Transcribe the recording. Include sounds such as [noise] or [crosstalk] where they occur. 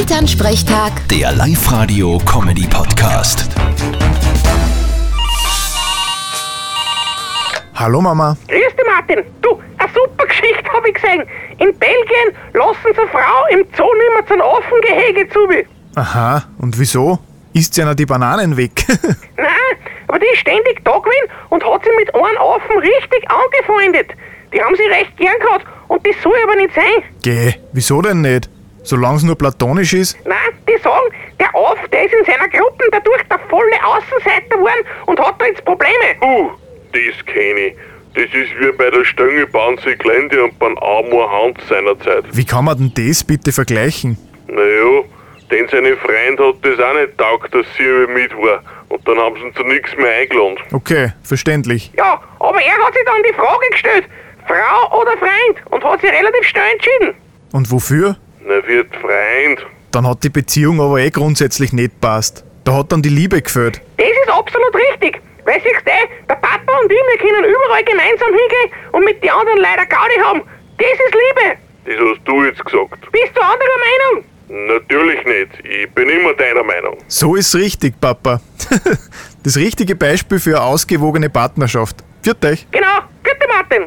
Elternsprechtag, Der Live-Radio-Comedy-Podcast. Hallo Mama. Grüß dich, Martin. Du, eine super Geschichte habe ich gesehen. In Belgien lassen sie eine Frau im Zoo nicht mehr zum Affengehege zu. Aha, und wieso? Isst ja noch die Bananen weg. [laughs] Nein, aber die ist ständig da gewesen und hat sie mit einem Affen richtig angefreundet. Die haben sie recht gern gehabt und das soll aber nicht sein. Geh, wieso denn nicht? Solange es nur platonisch ist. Nein, die sagen, der Aff, der ist in seiner Gruppe dadurch der volle Außenseiter geworden und hat da jetzt Probleme. Uh, das kenne ich. Das ist wie bei der Stönge beim Glende und beim Amor Hans seinerzeit. Wie kann man denn das bitte vergleichen? Naja, denn seine Freund hat das auch nicht taugt, dass sie über mit war. Und dann haben sie ihn zu nichts mehr eingeladen. Okay, verständlich. Ja, aber er hat sich dann die Frage gestellt, Frau oder Freund, und hat sich relativ schnell entschieden. Und wofür? Na, wird Freund. Dann hat die Beziehung aber eh grundsätzlich nicht passt. Da hat dann die Liebe gefällt. Das ist absolut richtig. Weil siehst du, der Papa und ich, wir können überall gemeinsam hingehen und mit den anderen leider Gaudi haben. Das ist Liebe. Das hast du jetzt gesagt. Bist du anderer Meinung? Natürlich nicht. Ich bin immer deiner Meinung. So ist's richtig, Papa. [laughs] das richtige Beispiel für eine ausgewogene Partnerschaft. Viert euch. Genau. Gute Martin.